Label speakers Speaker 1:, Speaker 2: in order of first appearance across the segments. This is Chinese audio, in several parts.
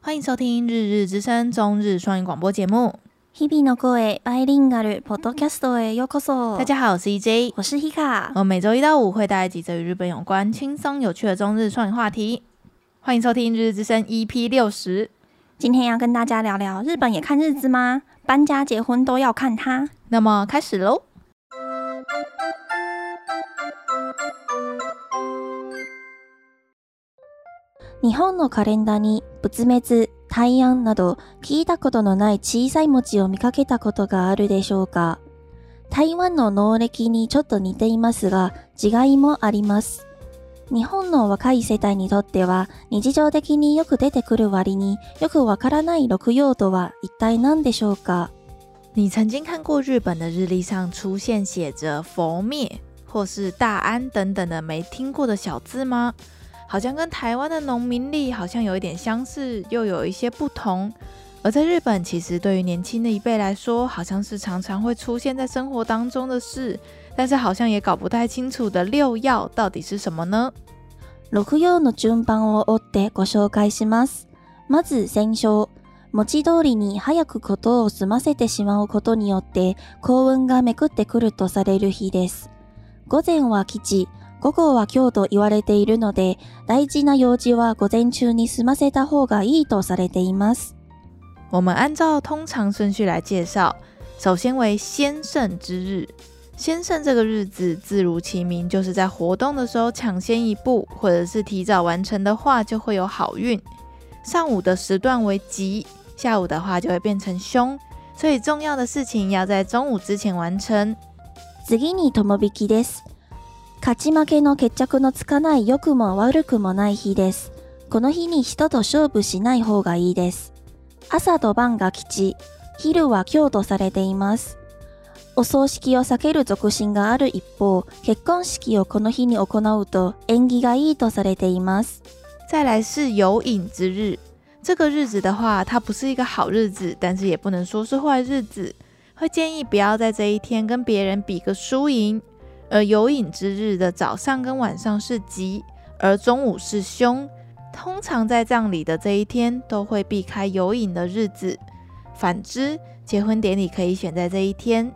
Speaker 1: 欢迎收听《日日之声》中日双语广播节目。
Speaker 2: 日々の声バイリンガルポッドキャストへようこそ。
Speaker 1: 大，家好，我是 EJ。
Speaker 2: 我是 Hika。
Speaker 1: 我每周一到五会带来几则与日本有关、轻松有趣的中日双语话题。欢迎收听《日日之声》EP 六十。
Speaker 2: 今天要跟大家聊聊日本也看日子吗？搬家、结婚都要看它。
Speaker 1: 那么开始喽。
Speaker 2: 日本のカレンダーに仏滅、大安など聞いたことのない小さい文字を見かけたことがあるでしょうか台湾の能歴にちょっと似ていますが違いもあります。日本の若い世代にとっては日常的によく出てくる割によくわからない六用とは一体何でしょうか
Speaker 1: 你曾经看过日本的日历上出现写着“佛灭”或是“大安”等等的没听过的小字吗？好像跟台湾的农民历好像有一点相似，又有一些不同。而在日本，其实对于年轻的一辈来说，好像是常常会出现在生活当中的事，但是好像也搞不太清楚的六曜到底是什么呢？
Speaker 2: 六行の順番を追ってご紹介します。まず戦勝。文字通りに早くことを済ませてしまうことによって幸運がめくってくるとされる日です。午前は吉、午後は今日と言われているので、大事な用事は午前中に済ませた方がいいとされています。
Speaker 1: 我们按照通常顺序来介绍，首先为先胜之日。先胜这个日子，字如其名，就是在活动的时候抢先一步，或者是提早完成的话，就会有好运。上午的时段为吉，下午的话就会变成凶，所以重要的事情要在中午之前完成。
Speaker 2: 次に友引きです。勝ち負けの決着のつかない良くも悪くもない日です。この日に人と勝負しない方がいいです。朝と晩が吉、昼は今日とされています。お葬式を避ける俗心がある一方、結婚式をこの日に行うと縁起がいいとされています。
Speaker 1: 再来是有隐之日，这个日子的话，它不是一个好日子，但是也不能说是坏日子，会建议不要在这一天跟别人比个输赢。而有隐之日的早上跟晚上是吉，而中午是凶。通常在葬礼的这一天都会避开有隐的日子。反之，结婚典礼可以选在这一天。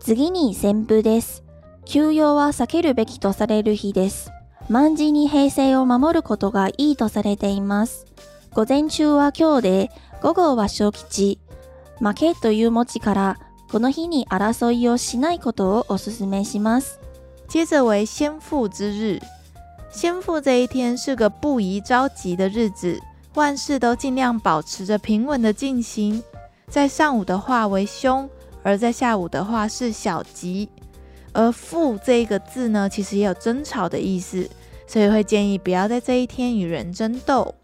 Speaker 2: 次に旋風です。休養は避けるべきとされる日です。万事に平静を守ることがいいとされています。午前中は今日で、午後は小吉。負けという文字から、この日に争いをしないことをお勧めします。
Speaker 1: 接着为先父之日。先父这一天是个不宜着急的日子，万事都尽量保持着平稳的进行。在上午的话为凶，而在下午的话是小吉。而“父”这一个字呢，其实也有争吵的意思，所以会建议不要在这一天与人争斗。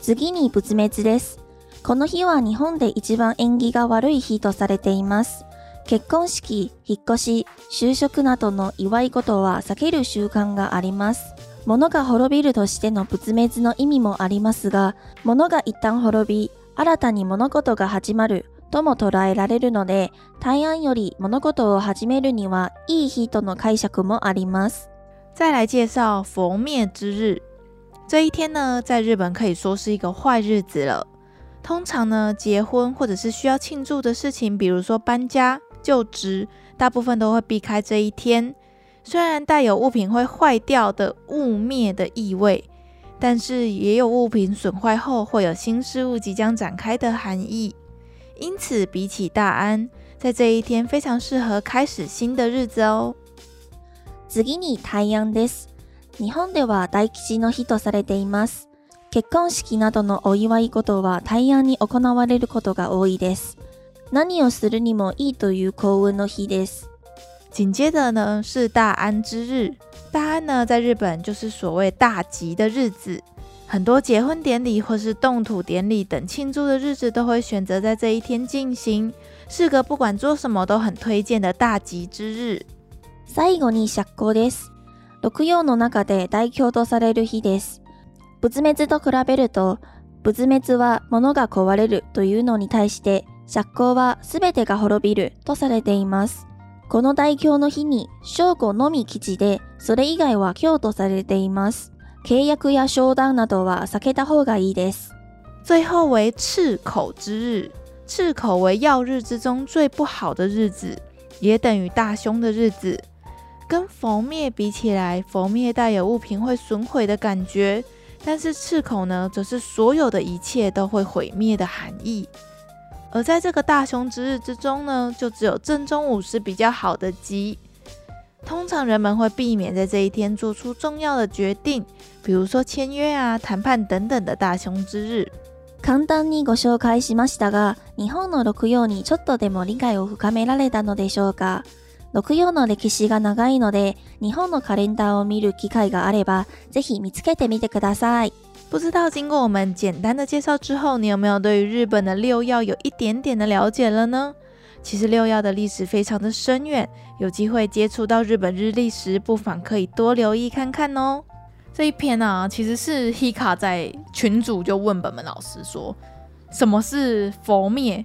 Speaker 2: 次に仏滅です。この日は日本で一番縁起が悪い日とされています。結婚式、引っ越し、就職などの祝い事は避ける習慣があります。物が滅びるとしての仏滅の意味もありますが、物が一旦滅び、新たに物事が始まるとも捉えられるので、大安より物事を始めるにはいい日との解釈もあります。
Speaker 1: 再来介绍佛灭之日。这一天呢，在日本可以说是一个坏日子了。通常呢，结婚或者是需要庆祝的事情，比如说搬家、就职，大部分都会避开这一天。虽然带有物品会坏掉的物灭的意味，但是也有物品损坏后会有新事物即将展开的含义。因此，比起大安，在这一天非常适合开始新的日子哦。
Speaker 2: 次に大安です。日本では大吉の日とされています。結婚式などのお祝い事は大安に行われることが多いです。何をするにもいいという幸運の日です。
Speaker 1: 紧接着呢是大安之日，大安呢在日本就是所谓大吉的日子，很多结婚典礼或是动土典礼等庆祝的日子都会选择在这一天进行，是个不管做什么都很推荐的大吉之日。
Speaker 2: 最後に釈光です。六曜の中で代表とされる日です。仏滅と比べると、仏滅は物が壊れるというのに対して、釈光は全てが滅びるとされています。この代表の日に正午のみ吉で、それ以外は今日とされています。契約や商談などは避けた方がいいです。
Speaker 3: 最后为赤口之日，赤口为曜日之中最不好的日子，也等于大凶的日子。跟佛灭比起来，佛灭带有物品会损毁的感觉，但是赤口呢，则是所有的一切都会毁灭的含义。而在这个大凶之日之中呢，就只有正中午是比较好的吉。通常人们会避免在这一天做出重要的决定，比如说签约啊、谈判等等的大凶之日。
Speaker 2: 簡単にご紹介しましたが、日本の六曜にちょっとでも理解を深められたのでしょうか六曜の歴史が長いので、日本のカレンダーを見る機会があれば、ぜひ見つけてみてください。
Speaker 3: 不知道经过我们简单的介绍之后，你有没有对于日本的六曜有一点点的了解了呢？其实六曜的历史非常的深远，有机会接触到日本日历时，不妨可以多留意看看哦。
Speaker 1: 这一篇呢、啊，其实是 Hika 在群组就问本本老师说，什么是佛灭？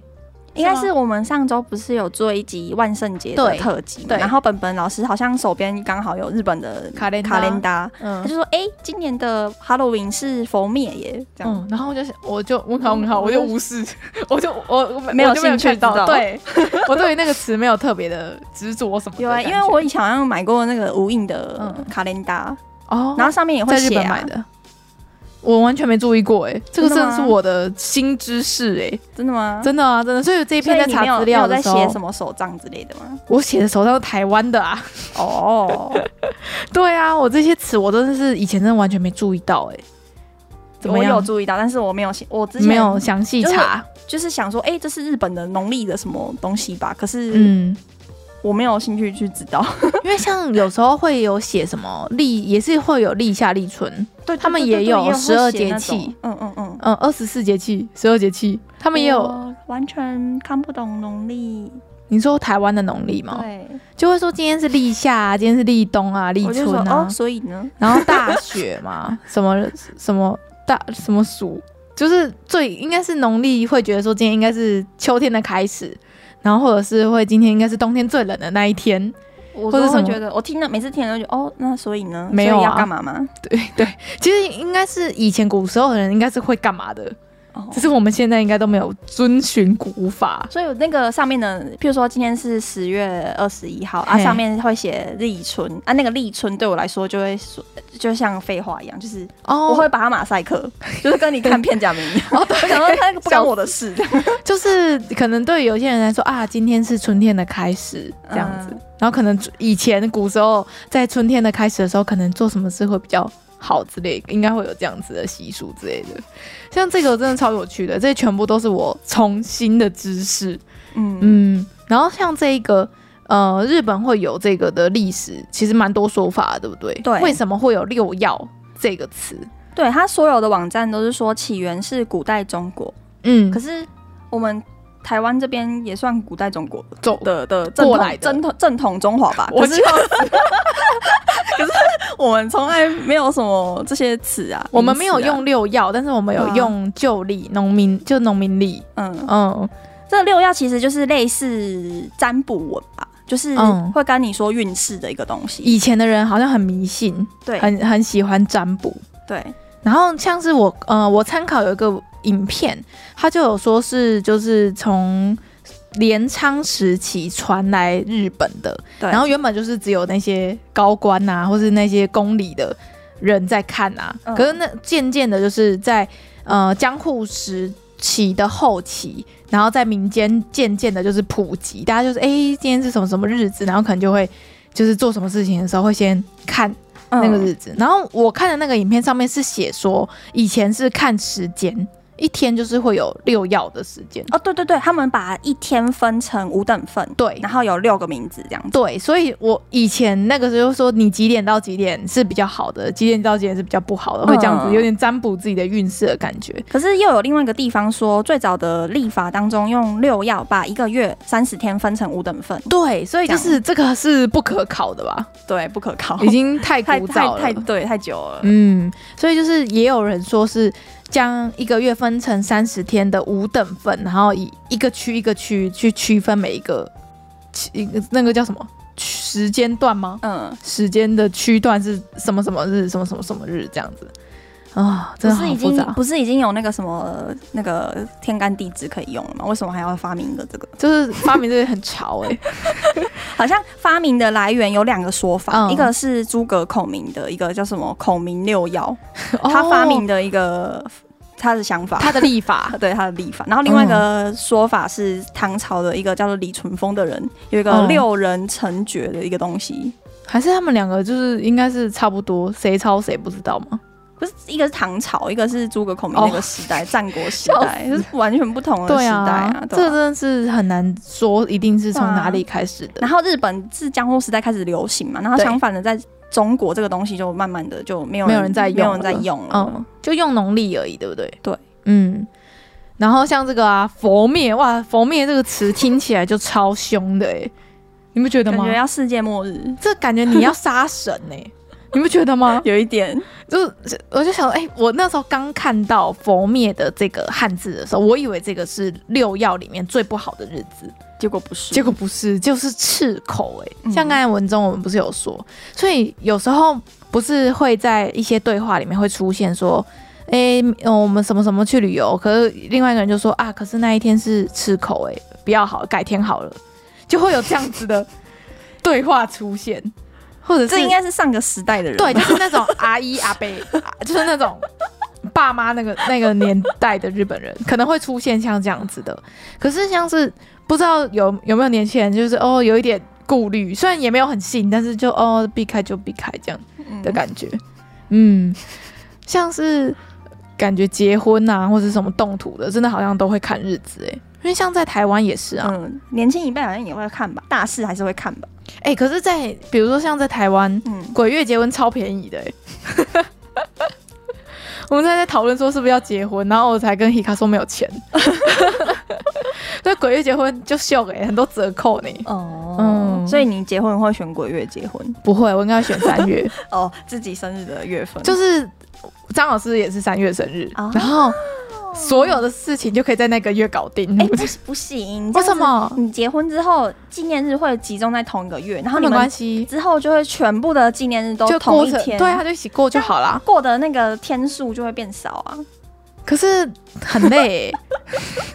Speaker 4: 应该是我们上周不是有做一集万圣节的
Speaker 1: 对
Speaker 4: 特辑嘛，
Speaker 1: 对
Speaker 4: 然后本本老师好像手边刚好有日本的
Speaker 1: 卡莲达
Speaker 4: 卡莲达，他
Speaker 1: 嗯
Speaker 4: 就说：“哎、今年的 Halloween 是佛灭耶。”这样、
Speaker 1: 嗯，然后我就想我就问号问号，我就无视，我就我我
Speaker 4: 没有
Speaker 1: 我就没有
Speaker 4: 兴趣
Speaker 1: 看
Speaker 4: 知道
Speaker 1: 到，对我对于那个词没有特别的执着什么的
Speaker 4: 有啊，
Speaker 1: 感觉。
Speaker 4: 因为我以前好像买过那个无印的
Speaker 1: 嗯
Speaker 4: 卡莲达，
Speaker 1: 哦，
Speaker 4: 然后上面也会
Speaker 1: 在日
Speaker 4: 写、
Speaker 1: 本
Speaker 4: 啊
Speaker 1: 买，的，我完全没注意过哎、这个
Speaker 4: 真的
Speaker 1: 真的
Speaker 4: 吗
Speaker 1: 是我的新知识哎、
Speaker 4: 真的吗？
Speaker 1: 真的啊，真的。所以这一
Speaker 4: 所
Speaker 1: 篇
Speaker 4: 以
Speaker 1: 在
Speaker 4: 你没
Speaker 1: 查
Speaker 4: 有
Speaker 1: 资
Speaker 4: 没
Speaker 1: 料
Speaker 4: 有
Speaker 1: 的
Speaker 4: 在
Speaker 1: 时候
Speaker 4: 写，什么手账之类的吗？
Speaker 1: 我写的手上是台湾的啊。
Speaker 4: 哦，
Speaker 1: 对啊，我这些词我真的是以前真的完全没注意到哎、怎么
Speaker 4: 我
Speaker 1: 样
Speaker 4: 有注意到，但是我没有写，我之前
Speaker 1: 没有详细查。
Speaker 4: 就是想说，哎、这是日本的农历的什么东西吧？可是
Speaker 1: 嗯，
Speaker 4: 我没有兴趣去知道。
Speaker 1: 因为像有时候会有写什么立，也是会有立夏、立春，
Speaker 4: 对，
Speaker 1: 他们
Speaker 4: 对
Speaker 1: 也
Speaker 4: 对对
Speaker 1: 有
Speaker 4: 会写
Speaker 1: 12
Speaker 4: 那
Speaker 1: 节
Speaker 4: 种
Speaker 1: 气，
Speaker 4: 嗯嗯嗯，
Speaker 1: 嗯，二十四节气、十二节气，他
Speaker 4: 他
Speaker 1: 们也有。
Speaker 4: 完全看不懂农历，
Speaker 1: 你说台湾的农历吗？
Speaker 4: 对，
Speaker 1: 就会说今天是立夏啊，今天是立冬啊，立
Speaker 4: 我就
Speaker 1: 春
Speaker 4: 说
Speaker 1: 啊
Speaker 4: 哦，，所以呢，
Speaker 1: 然后大雪嘛，什么什么大什么暑，就是最应该是农历会觉得说今天应该是秋天的开始，然后或者是会今天应该是冬天最冷的那一天，
Speaker 4: 我
Speaker 1: 或者
Speaker 4: 都
Speaker 1: 什
Speaker 4: 会
Speaker 1: 么
Speaker 4: 觉得，我听了每次听了都觉得，哦，那所以呢，
Speaker 1: 没有
Speaker 4: 所以
Speaker 1: 啊
Speaker 4: 要干嘛吗？
Speaker 1: 对对，其实应该是以前古时候的人应该是会干嘛的，
Speaker 4: 哦，
Speaker 1: 只是我们现在应该都没有遵循古法。
Speaker 4: 所以那个上面的，譬如说今天是十月二十一号啊，
Speaker 1: 嘿
Speaker 4: 上面会写立春啊，那个立春对我来说就会说，就像废话一样，就是
Speaker 1: 哦
Speaker 4: 我会把它马赛克， 就是跟你看片假名一样。
Speaker 1: 哦，
Speaker 4: 我
Speaker 1: 对，
Speaker 4: 想说那个不干我 的事，
Speaker 1: 就是可能对有些人来说啊，今天是春天的开始这样子，
Speaker 4: 嗯
Speaker 1: 然后可能以前古时候在春天的开始的时候，可能做什么事会比较好之类，应该会有这样子的习俗之类的。像这个真的超有趣的，这全部都是我重新的知识。
Speaker 4: 嗯
Speaker 1: 嗯，然后像这一个。呃，日本会有这个的历史，其实蛮多说法的，对不对？
Speaker 4: 对
Speaker 1: 为什么会有“六曜”这个词？
Speaker 4: 对，它所有的网站都是说起源是古代中国，
Speaker 1: 嗯
Speaker 4: 可，是我们台湾这边也算古代中国
Speaker 1: 走
Speaker 4: 的的正
Speaker 1: 过
Speaker 4: 统
Speaker 1: 来的
Speaker 4: 正统正统中华吧。
Speaker 1: 我
Speaker 4: 可是我们从来没有什么这些词啊，
Speaker 1: 我们没有
Speaker 4: 名词啊
Speaker 1: 用六曜，但是我们有
Speaker 4: 对啊
Speaker 1: 用旧历、农民就农民历，
Speaker 4: 嗯，
Speaker 1: 嗯，
Speaker 4: 这六曜其实就是类似占卜文吧，就是
Speaker 1: 嗯
Speaker 4: 会跟你说运势的一个东西。
Speaker 1: 以前的人好像很迷信，
Speaker 4: 对
Speaker 1: 很很喜欢占卜。
Speaker 4: 对，
Speaker 1: 然后像是我，呃，我参考有一个影片，他就有说是就是从镰仓时期传来日本的，
Speaker 4: 对
Speaker 1: 然后原本就是只有那些高官啊，或是那些宫里的人在看啊，
Speaker 4: 嗯
Speaker 1: 可是那渐渐的就是在呃江户时。期的后期，然后在民间渐渐的就是普及，大家就是哎、诶今天是什么什么日子，然后可能就会就是做什么事情的时候会先看
Speaker 4: 嗯
Speaker 1: 那个日子。然后我看的那个影片上面是写说，以前是看时间，一天就是会有六曜的时间。
Speaker 4: 哦，对对对，他们把一天分成五等份，
Speaker 1: 对
Speaker 4: 然后有六个名字这样子。
Speaker 1: 对，所以我以前那个时候说，你几点到几点是比较好的，几点到几点是比较不好的，会这样
Speaker 4: 嗯
Speaker 1: 子有点占卜自己的运势的感觉。
Speaker 4: 可是又有另外一个地方说，最早的历法当中用六曜把一个月三十天分成五等份，
Speaker 1: 对，所以就是这个是不可考的吧，
Speaker 4: 对，不可靠，
Speaker 1: 已经 太
Speaker 4: 哦太
Speaker 1: 古早
Speaker 4: 太
Speaker 1: 了。
Speaker 4: 太对太久了。
Speaker 1: 嗯，所以就是也有人说是将一个月分成三十天的五等份，然后以一个区一个区去区分每一个区一个那个叫什么区时间段吗？
Speaker 4: 嗯，
Speaker 1: 时间的区段是什么什么日，什么什么什么日这样子。啊、
Speaker 4: 不
Speaker 1: 真的
Speaker 4: 是
Speaker 1: 好
Speaker 4: 已
Speaker 1: 复
Speaker 4: 经
Speaker 1: 杂，
Speaker 4: 不是已经有那个什么那个天干地支可以用了吗？为什么还要发明一个这个？
Speaker 1: 就是发明这些很 潮哎、
Speaker 4: 好像发明的来源有两个说法，
Speaker 1: 嗯
Speaker 4: 一个是诸葛孔明的，一个叫什么孔明六爻，
Speaker 1: 哦
Speaker 4: 他发明的一个 他的想法，，
Speaker 1: 他的历法
Speaker 4: 对他的历法。然后另外一
Speaker 1: 哦
Speaker 4: 个说法是唐朝的一个叫做李淳风的人，有一个
Speaker 1: 嗯
Speaker 4: 六人成爵的一个东西，
Speaker 1: 还是他们两个就是应该是差不多，谁抄谁不知道吗？
Speaker 4: 不是一个是唐朝，一个是诸葛孔
Speaker 1: 哦
Speaker 4: 明那个 时代，战国时代，就是完全不同的时
Speaker 1: 对
Speaker 4: 代
Speaker 1: 啊，
Speaker 4: 啊。
Speaker 1: 这
Speaker 4: 对
Speaker 1: 个真
Speaker 4: 啊
Speaker 1: 的是很难说，一定是从哪里开始的。
Speaker 4: 然后日本是江户时代开始流行嘛，然后
Speaker 1: 对
Speaker 4: 相反的，在中国这个东西就慢慢的就没有
Speaker 1: 没有人在用
Speaker 4: 啊没有人在用了。
Speaker 1: 嗯，就用农历而已，对不对？
Speaker 4: 对，
Speaker 1: 嗯。然后像这个啊，佛灭哇，佛灭这个词听起来就超凶的哎、你不觉得
Speaker 4: 感
Speaker 1: 吗
Speaker 4: 觉？要世界末日，
Speaker 1: 这感觉你要杀神哎、你不觉得吗？
Speaker 4: 有一点
Speaker 1: 就是我就想，哎、我那时候刚看到“佛灭”的这个汉字的时候，我以为这个是六曜里面最不好的日子，
Speaker 4: 结果不是，
Speaker 1: 结果不是，就是赤口哎、
Speaker 4: 嗯
Speaker 1: 像刚才文中我们不是有说，所以有时候不是会在一些对话里面会出现说，哎、呃我们什么什么去旅游，可是另外一个人就说啊，可是那一天是赤口哎、不要好，改天好了，就会有这样子的对话出 现，或者是
Speaker 4: 这应该是上个时代的人，
Speaker 1: 对，就是那 种阿姨阿伯，啊就是那种爸妈那个那个年代的日本人，可能会出现像这样子的。可是像是不知道有有没有年轻人，就是哦有一点顾虑，虽然也没有很信，但是就哦避开就避开这样
Speaker 4: 嗯
Speaker 1: 的感觉。嗯，像是感觉结婚啊或者什么动土的，真的好像都会看日子哎、因为像在台湾也是啊，
Speaker 4: 嗯，年轻一辈好像也会看吧，大事还是会看吧。
Speaker 1: 哎、可是在，比如说像在台湾，
Speaker 4: 嗯，
Speaker 1: 鬼月结婚超便宜的、欸。 我们在在讨论说是不是要结婚，然后我才跟 Hika 说没有钱。所以鬼月结婚就秀哎、很多折扣呢、
Speaker 4: 哦
Speaker 1: 嗯
Speaker 4: 所以你结婚会选鬼月结婚
Speaker 1: 不会，我应该要选三月，
Speaker 4: 哦，自己生日的月份
Speaker 1: 就是是张老师也是三月生日，
Speaker 4: 哦
Speaker 1: 然后所有的事情就可以在那个月搞定。
Speaker 4: 哎、不不行，
Speaker 1: 为什？么？
Speaker 4: 你结婚之后纪念日会集中在同一个月，然后
Speaker 1: 没有
Speaker 4: 你
Speaker 1: 关
Speaker 4: 们
Speaker 1: 系，
Speaker 4: 之后就会全部的纪念日都
Speaker 1: 就
Speaker 4: 同
Speaker 1: 过
Speaker 4: 一
Speaker 1: 着
Speaker 4: 天，
Speaker 1: 对啊，就一起过就好啦。
Speaker 4: 过的那个天数就会变少啊。
Speaker 1: 可是很累欸、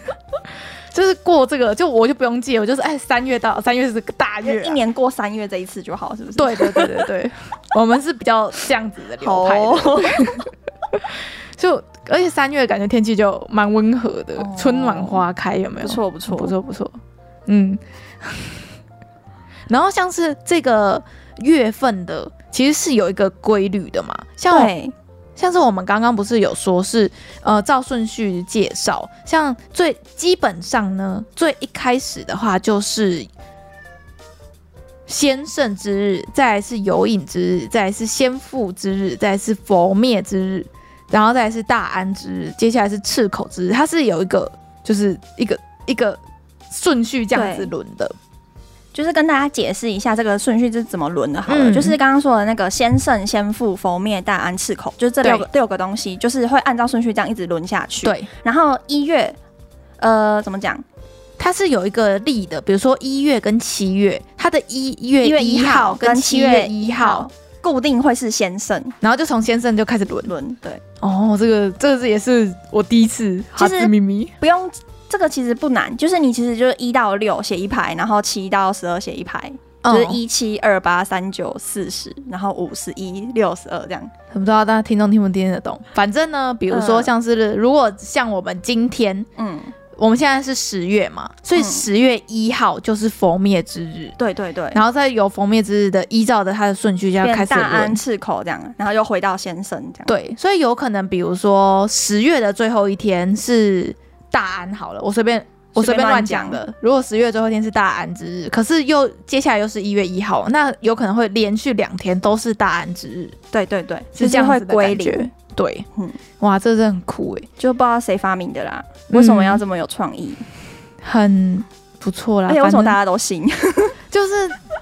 Speaker 1: 就是过这个，就我就不用记，我就是哎，三月到，三月是个大
Speaker 4: 就
Speaker 1: 月、
Speaker 4: 一
Speaker 1: 啊，
Speaker 4: 年过三月这一次就好，是不是？
Speaker 1: 对对对对对，我们是比较这样子的
Speaker 4: 好
Speaker 1: 流派的
Speaker 4: 哦，
Speaker 1: 就而且三月感觉天气就蛮温和的，
Speaker 4: 哦
Speaker 1: 春暖花开，有没有？
Speaker 4: 不错不错
Speaker 1: 不错不错，嗯。 然后像是这个月份的，其实是有一个规律的嘛，像我
Speaker 4: 对，
Speaker 1: 像是我们刚刚不是有说是呃照顺序介绍，像最基本上呢，最一开始的话就是先圣之日，再来是有隐之日，再来是先父之日，再来是佛灭之日，然后再来是大安之日，接下来是赤口之日，它是有一个就是一个一个顺序这样子
Speaker 4: 对
Speaker 1: 轮的，
Speaker 4: 就是跟大家解释一下这个顺序是怎么轮的，好了，
Speaker 1: 嗯
Speaker 4: 就是刚刚说的那个先圣、先父、佛灭、大安、赤口，就是这六个六个东西，就是会按照顺序这样一直轮下去。，
Speaker 1: 对，
Speaker 4: 然后一月，呃，怎么讲？
Speaker 1: 它是有一个例的，比如说一月跟七月，它的一月
Speaker 4: 一月
Speaker 1: 一
Speaker 4: 一
Speaker 1: 号
Speaker 4: 号
Speaker 1: 跟
Speaker 4: 跟
Speaker 1: 七
Speaker 4: 七
Speaker 1: 月
Speaker 4: 月
Speaker 1: 一
Speaker 4: 一
Speaker 1: 号
Speaker 4: 号，固定会是先圣
Speaker 1: 然后就从先生就开始轮。
Speaker 4: 轮，对，
Speaker 1: 哦，这个这个也是我第一次哈
Speaker 4: 就是
Speaker 1: 兹咪咪。
Speaker 4: 不用这个其实不难，就是你其实就是一到六写一排，然后七到十二写一排，就是
Speaker 1: 嗯
Speaker 4: 一七二八三九四十，然后五十一六十二这样。
Speaker 1: 不知道大家听众听不听得懂。反正呢，比如说
Speaker 4: 嗯
Speaker 1: 像是、如果像我们今天，
Speaker 4: 嗯，
Speaker 1: 我们现在是十月嘛，所以
Speaker 4: 嗯
Speaker 1: 十月一号就是佛灭之日，
Speaker 4: 对对对。
Speaker 1: 然后再有佛灭之日的，依照的它的顺序就要
Speaker 4: 变
Speaker 1: 开始
Speaker 4: 大安
Speaker 1: 轮。
Speaker 4: 赤口这样，然后又回到先生这样。
Speaker 1: 对，所以有可能，比如说十月的最后一天是大安好了，我随便我随
Speaker 4: 随便
Speaker 1: 便乱
Speaker 4: 乱
Speaker 1: 讲
Speaker 4: 讲
Speaker 1: 的。如果十月最后一天是大安之日，可是又接下来又是一月一号，那有可能会连续两天都是大安之日，
Speaker 4: 对对对，
Speaker 1: 是
Speaker 4: 就
Speaker 1: 这样
Speaker 4: 会
Speaker 1: 子的
Speaker 4: 归
Speaker 1: 感觉
Speaker 4: 零，。
Speaker 1: 对，
Speaker 4: 嗯
Speaker 1: 哇，这真的很酷哎，
Speaker 4: 就不知道谁发明的啦。为什么要这么有创意？
Speaker 1: 很不错嗯啦。
Speaker 4: 而且哎为什么大
Speaker 1: 家
Speaker 4: 家都信？
Speaker 1: 就是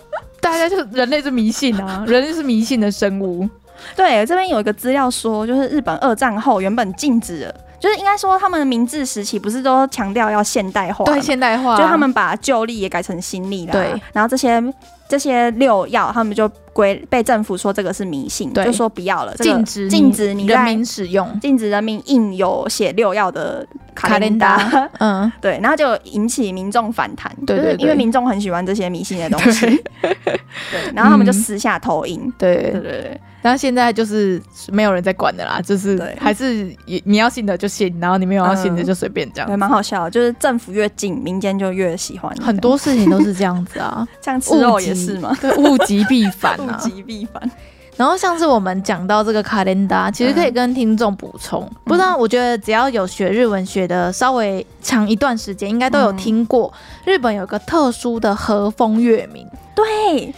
Speaker 1: 大家就人类是迷信啊， 人类是迷信的生物。
Speaker 4: 对，这边有一个资料说，就是日本二战后原本禁止了，就是应该说他们明治时期不是都强调要现代化吗，
Speaker 1: 对，现代化，
Speaker 4: 就他们把旧历也改成新历啦。
Speaker 1: 对，
Speaker 4: 然后这些这些六曜他们就归被政府说这个是迷信，
Speaker 1: 对
Speaker 4: 就说不要了，这个
Speaker 1: 禁止你
Speaker 4: 禁止你
Speaker 1: 人
Speaker 4: 在
Speaker 1: 民使用。
Speaker 4: 禁止人民印有写六曜的卡
Speaker 1: 卡
Speaker 4: 琳
Speaker 1: 琳
Speaker 4: 达
Speaker 1: 达，嗯，
Speaker 4: 对，然后就引起民众反弹，
Speaker 1: 对
Speaker 4: 就是
Speaker 1: 对对
Speaker 4: 因为民众很喜欢这些迷信的东西，
Speaker 1: 对
Speaker 4: 对，然后他们就
Speaker 1: 嗯
Speaker 4: 私下投影，
Speaker 1: 对
Speaker 4: 对对对，
Speaker 1: 但现在就是没有人在管的啦，就是
Speaker 4: 对
Speaker 1: 还是也你要信的就信，然后你没有要信的
Speaker 4: 嗯
Speaker 1: 就随便这样。
Speaker 4: 对，蛮好笑的，就是政府越近，民间就越喜欢，
Speaker 1: 很多事情都是这样子 啊，
Speaker 4: 像吃肉也是嘛，
Speaker 1: 对，物极必反
Speaker 4: 物
Speaker 1: 啊。
Speaker 4: 极必反，
Speaker 1: 然后上次我们讲到这个卡琳达，其实可以跟听众补充，不知道我觉得只要有学日文学的稍微长一段时间，应该都有听过、日本有个特殊的和风月名，
Speaker 4: 对，这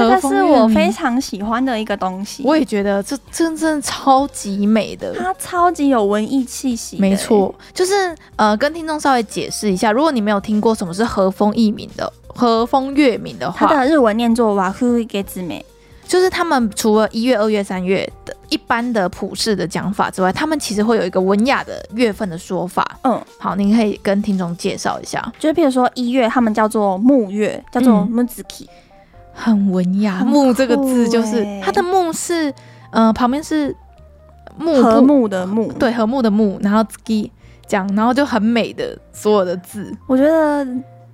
Speaker 1: 和
Speaker 4: 个
Speaker 1: 风
Speaker 4: 是
Speaker 1: 月
Speaker 4: 我
Speaker 1: 名
Speaker 4: 非常喜欢的一个东西，
Speaker 1: 我也觉得这真正超级美的。
Speaker 4: 它超级有文艺气息，欸
Speaker 1: 没，错，就是呃，跟听众稍微解释一下，如果你没有听过什么是和风艺名的和风乐名的
Speaker 4: 它
Speaker 1: 话，
Speaker 4: 的日文念作瓦夫给子美，
Speaker 1: 就是他们除了一月、二月、三月的一般的普世的讲法之外，他们其实会有一个文雅的月份的说法。
Speaker 4: 嗯，
Speaker 1: 好，您可以跟听众介绍一下，
Speaker 4: 就是譬如说一月，他们叫做木月，叫做
Speaker 1: 嗯
Speaker 4: Muzuki，
Speaker 1: 很文雅。
Speaker 4: 很
Speaker 1: 木这个字就是
Speaker 4: 酷欸
Speaker 1: 它的木是，呃，旁边是木
Speaker 4: 和
Speaker 1: 部，
Speaker 4: 睦的睦，
Speaker 1: 对，和木的木，然后 ski 这样，然后就很美的所有的字，
Speaker 4: 我觉得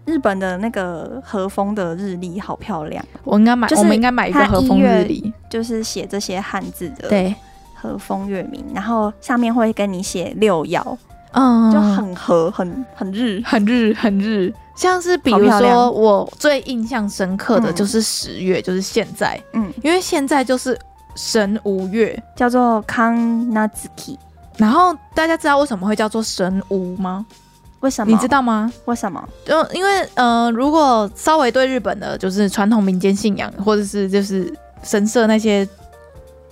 Speaker 4: 日本的那个和风的日历好漂亮，
Speaker 1: 我应该买，
Speaker 4: 就是
Speaker 1: 我们应该买一个
Speaker 4: 它
Speaker 1: 和
Speaker 4: 一
Speaker 1: 风
Speaker 4: 月
Speaker 1: 日历，
Speaker 4: 就是写这些汉字的
Speaker 1: 对，
Speaker 4: 和风月名，然后上面会跟你写六爻，
Speaker 1: 嗯，
Speaker 4: 就很和，很很日。
Speaker 1: 很日很日，像是比如
Speaker 4: 好漂
Speaker 1: 说
Speaker 4: 亮
Speaker 1: 我最印象深刻的
Speaker 4: 嗯
Speaker 1: 就是十月，就是现在，
Speaker 4: 嗯，
Speaker 1: 因为现在就是神无月。
Speaker 4: 叫做康纳兹基，
Speaker 1: 然后大家知道为什么会叫做神无吗？
Speaker 4: 为什么？
Speaker 1: 你知道吗？
Speaker 4: 为什么？
Speaker 1: 就因为呃，如果稍微对日本的就是传统民间信仰或者是就是神社那些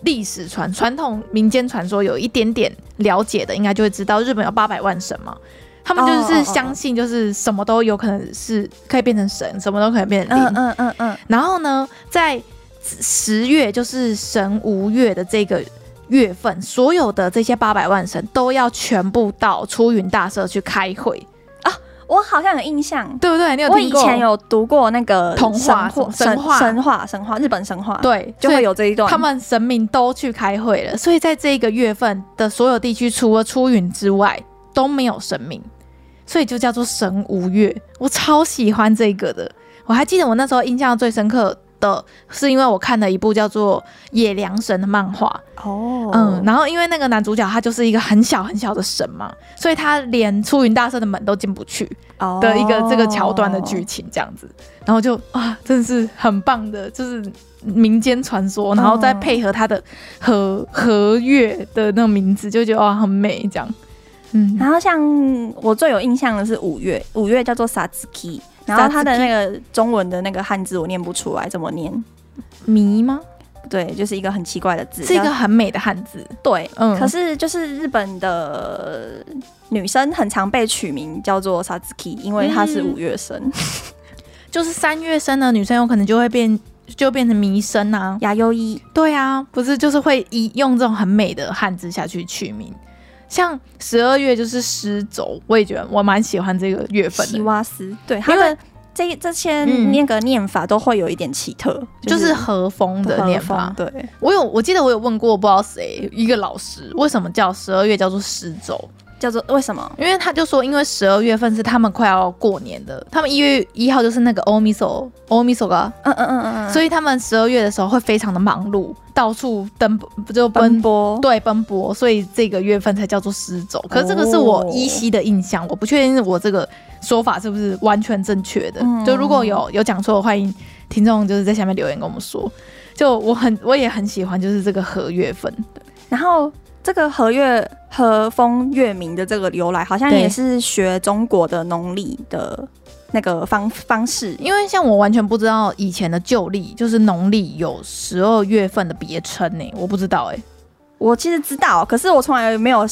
Speaker 1: 历史传传统民间传说有一点点了解的，应该就会知道日本有八百万神嘛。他们就
Speaker 4: 哦哦
Speaker 1: 是
Speaker 4: 哦
Speaker 1: 相信，就是什么都有可能是可以变成神，什么都可以变成
Speaker 4: 嗯
Speaker 1: 灵。
Speaker 4: 嗯嗯嗯，
Speaker 1: 然后呢，在十月就是神无月的这个月份，所有的这些八百万神都要全部到出云大社去开会，
Speaker 4: 我好像有印象，
Speaker 1: 对不对？你有
Speaker 4: 我
Speaker 1: 听
Speaker 4: 以
Speaker 1: 过？
Speaker 4: 前有读过那个
Speaker 1: 童话神
Speaker 4: 神神
Speaker 1: 话
Speaker 4: 神话、神话、日本神话，，
Speaker 1: 对，
Speaker 4: 啊就
Speaker 1: 所
Speaker 4: 会
Speaker 1: 以
Speaker 4: 有这一段。
Speaker 1: 他们神明都去开会了，所以在这个月份的所有地区，除了出云之外都没有神明，所以就叫做神无月。我超喜欢这个的，我还记得我那时候印象最深刻的是因为我看了一部叫做《野良神》的漫画，
Speaker 4: 哦，
Speaker 1: 嗯，，然后因为那个男主角他就是一个很小很小的神嘛，所以他连出云大社的门都进不去
Speaker 4: 哦
Speaker 1: 的一个这个桥段的剧，情这样子，然后就啊，真的是很棒的，就是民间传说，然后再配合他的和和乐的那个名字，就觉得哇很美这样，嗯，
Speaker 4: 然后像我最有印象的是五月，五月叫做 Satsuki，然后它的那个中文的那个汉字我念不出来，怎么念？
Speaker 1: 迷吗？
Speaker 4: 对，就是一个很奇怪的字，
Speaker 1: 是一个
Speaker 4: 叫
Speaker 1: 很美的汉字，
Speaker 4: 对。
Speaker 1: 嗯，
Speaker 4: 可是就是日本的女生很常被取名叫做 Satsuki，因为她是
Speaker 1: 嗯
Speaker 4: 五月生，
Speaker 1: 就是三月生的女生有可能就会变就变成迷生啊，
Speaker 4: 雅优一
Speaker 1: 对啊，不是就是会以用这种很美的汉字下去取名，像十二月就是狮走，我也觉得我蛮喜欢这个月份
Speaker 4: 西
Speaker 1: 的，
Speaker 4: 瓦斯，对，她的这这些
Speaker 1: 嗯
Speaker 4: 那个念法都会有一点奇特，
Speaker 1: 就是和风的念法
Speaker 4: 和风。对，
Speaker 1: 我有我记得我有问过不知道谁一个老师，为什么叫十二月叫做狮走？
Speaker 4: 叫做为什么？
Speaker 1: 因为他就说，因为十二月份是他们快要过年的，他们一月一号就是那个欧米索欧米索噶，
Speaker 4: 嗯嗯嗯嗯嗯，
Speaker 1: 所
Speaker 4: 以
Speaker 1: 以他们十二月的时候会非常的忙碌，到处奔波就奔
Speaker 4: 奔波
Speaker 1: 对，奔波，所以这个月份才叫做失走。可是这个是我依稀的印象，我不确定我这个说法是不是完全正确的。
Speaker 4: 嗯
Speaker 1: 就如果有有讲错，欢迎听众就是在下面留言跟我们说。就我很我也很喜欢，就是这个和月份，
Speaker 4: 然后这个和月和风月明的这个由来，好像
Speaker 1: 对
Speaker 4: 也是学中国的农历的那个方方式，
Speaker 1: 因为像我完全不知道以前的旧历，就是农历有十二月份的别称呢，我不知道哎、
Speaker 4: 我其实知道，可是我从来没有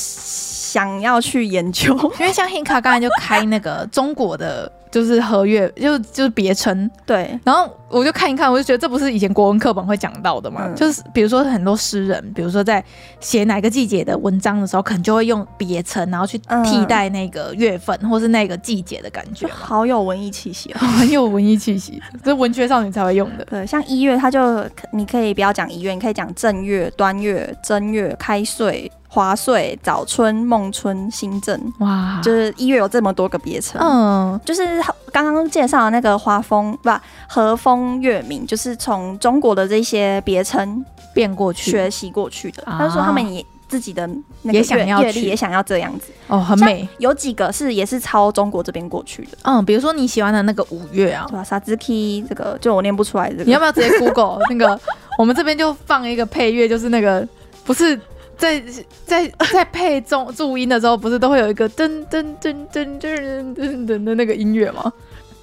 Speaker 4: 想要去研究。
Speaker 1: 因为像 Hinka 刚才就开那个中国的，就是和月，就就是别称，
Speaker 4: 对，
Speaker 1: 然后我就看一看，我就觉得这不是以前国文课本会讲到的嘛，
Speaker 4: 嗯
Speaker 1: 就是比如说很多诗人，比如说在写哪个季节的文章的时候，可能就会用别称，然后去替代那个月份、或是那个季节的感觉
Speaker 4: 就，好有文艺气息哦。
Speaker 1: 很有文艺气息，这文学少女才会用的。
Speaker 4: 对，像一月，它就你可以不要讲一月，你可以讲正月、端月、正月、开岁、华岁、早春、梦春、新政，
Speaker 1: 哇，
Speaker 4: 就是一月有这么多个别称。
Speaker 1: 嗯，
Speaker 4: 就是刚刚介绍的那个华风不和风月明，就是从中国的这些别称
Speaker 1: 变过去
Speaker 4: 学习过去的。
Speaker 1: 啊
Speaker 4: 他就说他们也自己的那个
Speaker 1: 也想
Speaker 4: 阅
Speaker 1: 要
Speaker 4: 阅历
Speaker 1: 去
Speaker 4: 也想要这样子，
Speaker 1: 哦，很美。
Speaker 4: 有几个是也是抄中国这边过去的，
Speaker 1: 嗯，比如说你喜欢的那个五月啊
Speaker 4: 对，吧、傻子 key 这个就我念不出来这
Speaker 1: 你要
Speaker 4: 个。
Speaker 1: 不要直接 Google 那个？我们这边就放一个配乐，就是那个不是在在在配中注音的时候，不是都会有一个噔噔噔噔噔噔噔噔的那个音乐吗？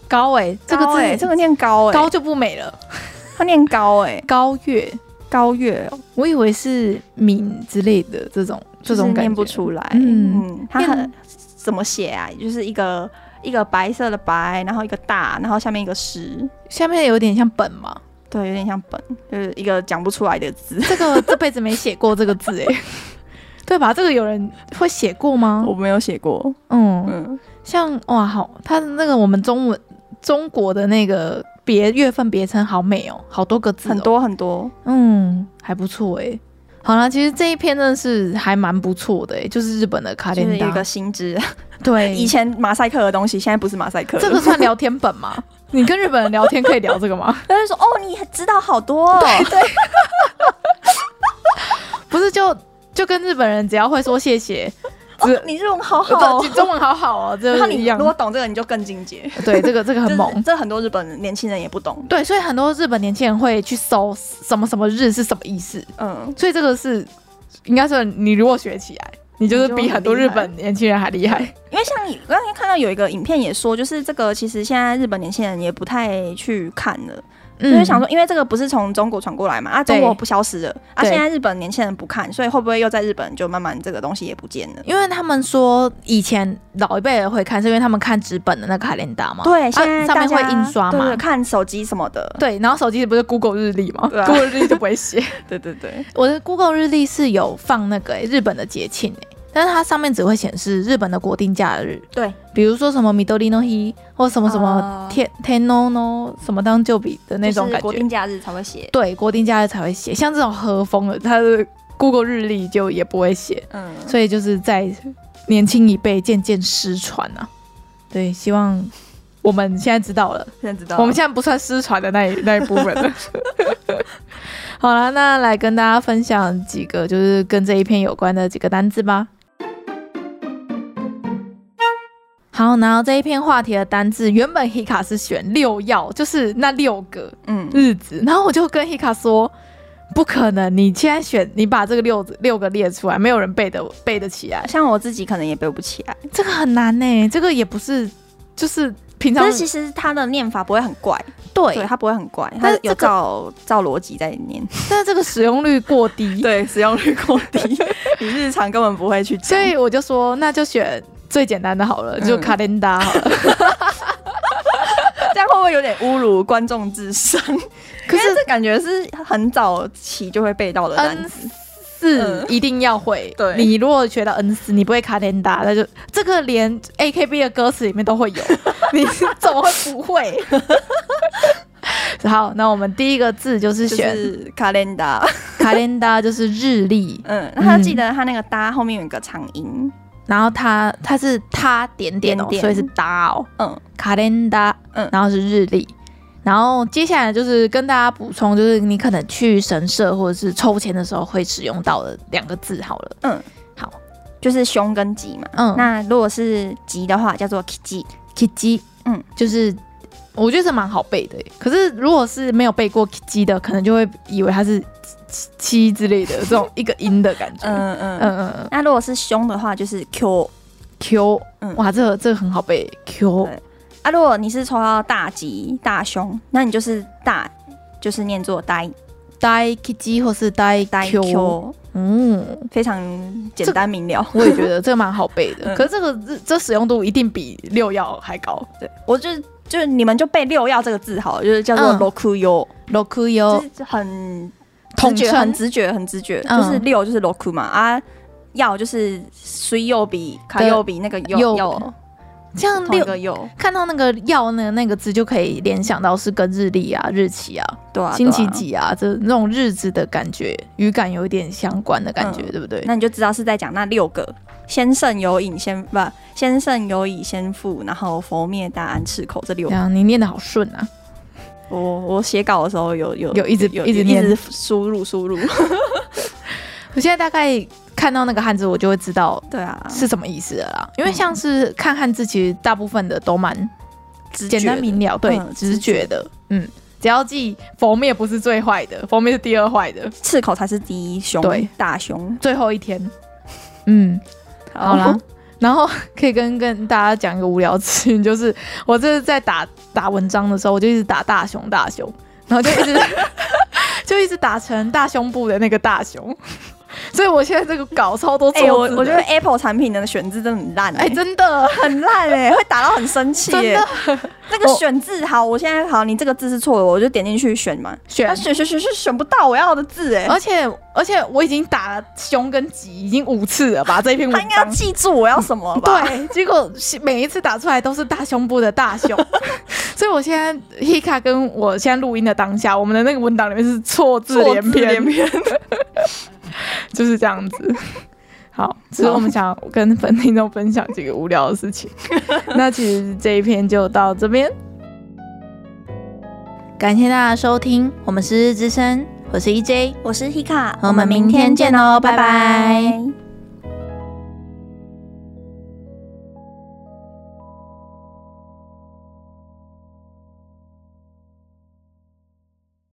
Speaker 1: 高哎、这个
Speaker 4: 高
Speaker 1: 字、
Speaker 4: 欸这个念高哎、
Speaker 1: 高就不美了。
Speaker 4: 他念高哎、
Speaker 1: 高月，
Speaker 4: 高月哦
Speaker 1: 我以为是敏之类的这种这
Speaker 4: 就是
Speaker 1: 种感觉，
Speaker 4: 念不出来，
Speaker 1: 嗯
Speaker 4: 嗯，他
Speaker 1: 念
Speaker 4: 很怎么写啊？就是一个一个白色的白，然后一个大，然后下面一个石，
Speaker 1: 下面有点像本嘛，
Speaker 4: 对，有点像本，就是一个讲不出来的字。
Speaker 1: 这个这辈子没写过这个字哎、 对吧？这个有人会写过吗
Speaker 4: 我？没有写过，
Speaker 1: 嗯，
Speaker 4: 嗯，
Speaker 1: 像哇，好，它的那个我们中文中国的那个别月份别称好美哦，好多个字、哦，
Speaker 4: 很，多很多，
Speaker 1: 嗯，还不错哎。好啦，其实这一篇真的是还蛮不错的哎，就是日本的卡
Speaker 4: 就
Speaker 1: 莲
Speaker 4: 是有一
Speaker 1: 达
Speaker 4: 个，新知。
Speaker 1: 对，
Speaker 4: 以前马赛克的东西，现在不是马赛克了。
Speaker 1: 这个算聊天本吗？ 你跟日本人聊天可以聊这个 吗？
Speaker 4: 他就说：“哦，你知道好多、哦。”对
Speaker 1: 不是就就跟日本人只要会说谢谢，呃只、
Speaker 4: 哦，你日文好好、哦。
Speaker 1: 中文好好哦，这
Speaker 4: 然后
Speaker 1: 是一
Speaker 4: 你
Speaker 1: 样
Speaker 4: 如。果懂这个，你就更进阶，
Speaker 1: 对，这个这个很
Speaker 4: 就是
Speaker 1: 猛。
Speaker 4: 这很多日本年轻人也不懂，
Speaker 1: 对，所以很多日本年轻人会去搜什么什么日是什么意思，
Speaker 4: 嗯，
Speaker 1: 所以这个是应该说，你如果学起来，你就是比很多日本年轻人还厉害。
Speaker 4: 因为像你刚才看到有一个影片也说，就是这个其实现在日本年轻人也不太去看了，
Speaker 1: 嗯
Speaker 4: 就是想说，因为这个不是从中国传过来嘛，啊，中国
Speaker 1: 对
Speaker 4: 不消失了，啊，
Speaker 1: 对
Speaker 4: 现在日本年轻人不看，所以会不会又在日本就慢慢这个东西也不见了？
Speaker 1: 因为他们说以前老一辈人会看，是因为他们看纸本的那个海莲达嘛，
Speaker 4: 对，现
Speaker 1: 啊
Speaker 4: 在、
Speaker 1: 上面会印刷
Speaker 4: 对
Speaker 1: 嘛
Speaker 4: 对，，看手机什么的，
Speaker 1: 对，然后手机不是 Google 日历嘛
Speaker 4: 对啊
Speaker 1: ，Google 日历就不会写。
Speaker 4: 对对对，
Speaker 1: 我的 Google 日历是有放那个、欸、日本的节庆欸但是它上面只会显示日本的国定假日，
Speaker 4: 对，
Speaker 1: 比如说什么米多利诺伊或什么什么
Speaker 4: 哦
Speaker 1: 天天诺诺什么当就比的那种
Speaker 4: 就是
Speaker 1: 感觉，
Speaker 4: 国定假日才会写，
Speaker 1: 对国定假日才会写，像这种和风的，它的 Google 日历就也不会写，
Speaker 4: 嗯，
Speaker 1: 所以就是在年轻一辈渐渐失传啊。对，希望我们现在知道了。
Speaker 4: 现在知道
Speaker 1: 我们现在不算失传的那一 那一部分了。好了，那来跟大家分享几个就是跟这一篇有关的几个单字吧。好，然后这一篇话题的单字，原本 Hika 是选六曜，就是那六个
Speaker 4: 嗯，
Speaker 1: 日子，然后我就跟 Hika 说，不可能，你现在选，你把这个六六个列出来，没有人背得背得起来，
Speaker 4: 像我自己可能也背不起来，
Speaker 1: 这个很难呢、这个也不是，就是平常
Speaker 4: 但是其实它的念法不会很怪，对，它不会很怪，
Speaker 1: 但
Speaker 4: 它
Speaker 1: 是这
Speaker 4: 有
Speaker 1: 个
Speaker 4: 照照逻辑在念，
Speaker 1: 但是这个使用率过低，
Speaker 4: 对，使用率过低， 你日常根本不会去
Speaker 1: 所以我就说，那就选最简单的好了，就
Speaker 4: 嗯
Speaker 1: 卡琳达好 了。
Speaker 4: 这样会不会有点侮辱观众智商？
Speaker 1: 可
Speaker 4: 可
Speaker 1: 是
Speaker 4: 是这感觉是很早期就会背到的单
Speaker 1: N
Speaker 4: 词，
Speaker 1: 四
Speaker 4: 嗯
Speaker 1: 一定要会，
Speaker 4: 对
Speaker 1: 你如果学到 N 四，你不会卡琳达，那就这个连 A K B 的歌词里面都会 有，你怎么会不会？ 好，那我们第一个字嗯就是
Speaker 4: 就
Speaker 1: 选
Speaker 4: 是 calendar。
Speaker 1: 卡琳达，就是日历，
Speaker 4: 嗯，那他记得他那个搭后面有一个长音，
Speaker 1: 然后它它是它点点哦，
Speaker 4: 点点
Speaker 1: 所以是达哦，
Speaker 4: 嗯，
Speaker 1: 卡琳达，嗯
Speaker 4: 嗯，
Speaker 1: 然后是日历，然后接下来就是跟大家补充，就是你可能去神社或者是抽签的时候会使用到的两个字好了，
Speaker 4: 就是凶跟吉嘛。
Speaker 1: 嗯，
Speaker 4: 嗯那如果是吉的话，叫做 kiji。
Speaker 1: kiji，嗯
Speaker 4: 嗯，
Speaker 1: 就是我觉得是蛮好背的耶，欸可是如果是没有背过 kiji 的，可能就会以为它是七七之类的这种一个音的感觉，嗯
Speaker 4: 嗯嗯嗯。
Speaker 1: 嗯嗯
Speaker 4: 那如果是凶的话，就是 q。
Speaker 1: ，q，
Speaker 4: 嗯
Speaker 1: 哇，这个这个很好背，q，欸
Speaker 4: 对啊，如果你是抽到大吉大凶，那你就是大，就是念作呆
Speaker 1: 呆 kiji 或是呆
Speaker 4: 呆
Speaker 1: q，
Speaker 4: q，
Speaker 1: 嗯。
Speaker 4: 非常简单明了。
Speaker 1: 我也觉得这个蛮好背的，
Speaker 4: 嗯
Speaker 1: 可是这个这这使用度一定比六曜还高。
Speaker 4: 对，我就是就是你们就背六曜这个字好了，就是叫做
Speaker 1: 嗯
Speaker 4: rokuyo，、
Speaker 1: ，loku
Speaker 4: 就
Speaker 1: yo
Speaker 4: 是很
Speaker 1: 统
Speaker 4: 直觉很
Speaker 1: 称
Speaker 4: 直觉，很直觉，
Speaker 1: 嗯
Speaker 4: 就是六就是 roku 嘛啊。曜就是水曜比卡
Speaker 1: 对
Speaker 4: 曜比那个
Speaker 1: 右
Speaker 4: 曜曜，
Speaker 1: 这样
Speaker 4: 同一
Speaker 1: 六
Speaker 4: 个曜，
Speaker 1: 看到那个曜呢那个字就可以联想到是跟日历啊、日期啊、
Speaker 4: 对啊，对啊
Speaker 1: 星期？几啊，这那种日子的感觉，语感有一点相关的感觉，
Speaker 4: 嗯
Speaker 1: 对不对？
Speaker 4: 那你就知道是在讲那六个先圣有隐先不先圣有隐先父，然后佛灭大安赤口这六
Speaker 1: 这
Speaker 4: 个。
Speaker 1: 样你念的好顺啊，
Speaker 4: 我我写稿的时候有有
Speaker 1: 有一直
Speaker 4: 有
Speaker 1: 一直
Speaker 4: 一
Speaker 1: 念
Speaker 4: 直输入 输入，
Speaker 1: 我现在大概看到那个汉字，我就会知道
Speaker 4: 对啊，
Speaker 1: 是什么意思了啦。因为像是看汉字，其实大部分的都蛮
Speaker 4: 直觉
Speaker 1: 简单
Speaker 4: 的
Speaker 1: 明了，对，
Speaker 4: 嗯
Speaker 1: 直
Speaker 4: 直觉
Speaker 1: 觉的，嗯，只要记佛灭不是最坏的，佛灭是第二坏的，
Speaker 4: 赤口才是第一熊，
Speaker 1: 对，
Speaker 4: 大熊。
Speaker 1: 最后一天，嗯，好啦
Speaker 4: 了，。
Speaker 1: 然后可以跟跟大家讲一个无聊的事情，就是 我这是在打打文章的时候，我就一直打大熊大熊，然后就 一直就一直打成大胸部的那个大熊， 所以我现在这个稿超多
Speaker 4: 哎、
Speaker 1: 错字的、
Speaker 4: 我我觉得 Apple 产品的选字真的很烂、欸，
Speaker 1: 哎、真的
Speaker 4: 很烂哎、 会打到很生气、
Speaker 1: 真
Speaker 4: 欸
Speaker 1: 的。
Speaker 4: 那个
Speaker 1: 我
Speaker 4: 选字好，我现在好，你这个字是错的，我就点进去选嘛。
Speaker 1: 选
Speaker 4: 啊，选选选选选不到我要的字哎、
Speaker 1: 而且而且我已经打了胸跟脊已经五次了吧，这篇
Speaker 4: 他
Speaker 1: 文
Speaker 4: 应该要
Speaker 1: 章。
Speaker 4: 记住我要什么吧？
Speaker 1: 对，结果是每一次打出来都是大胸部的大 胸，所以我现在 Hika 跟我现在录音的当下，我们的那个文档里面是错字
Speaker 4: 错
Speaker 1: 连
Speaker 4: 字
Speaker 1: 篇，
Speaker 4: 连篇
Speaker 1: 就是这样子。好，只是我们想跟粉听众分享几个无聊的事 情。那其实这一篇就到这边，
Speaker 3: 感谢大家收听，我们是日之声，我是 EJ，
Speaker 2: 我是 Hika，
Speaker 3: 我们明天见哦拜拜。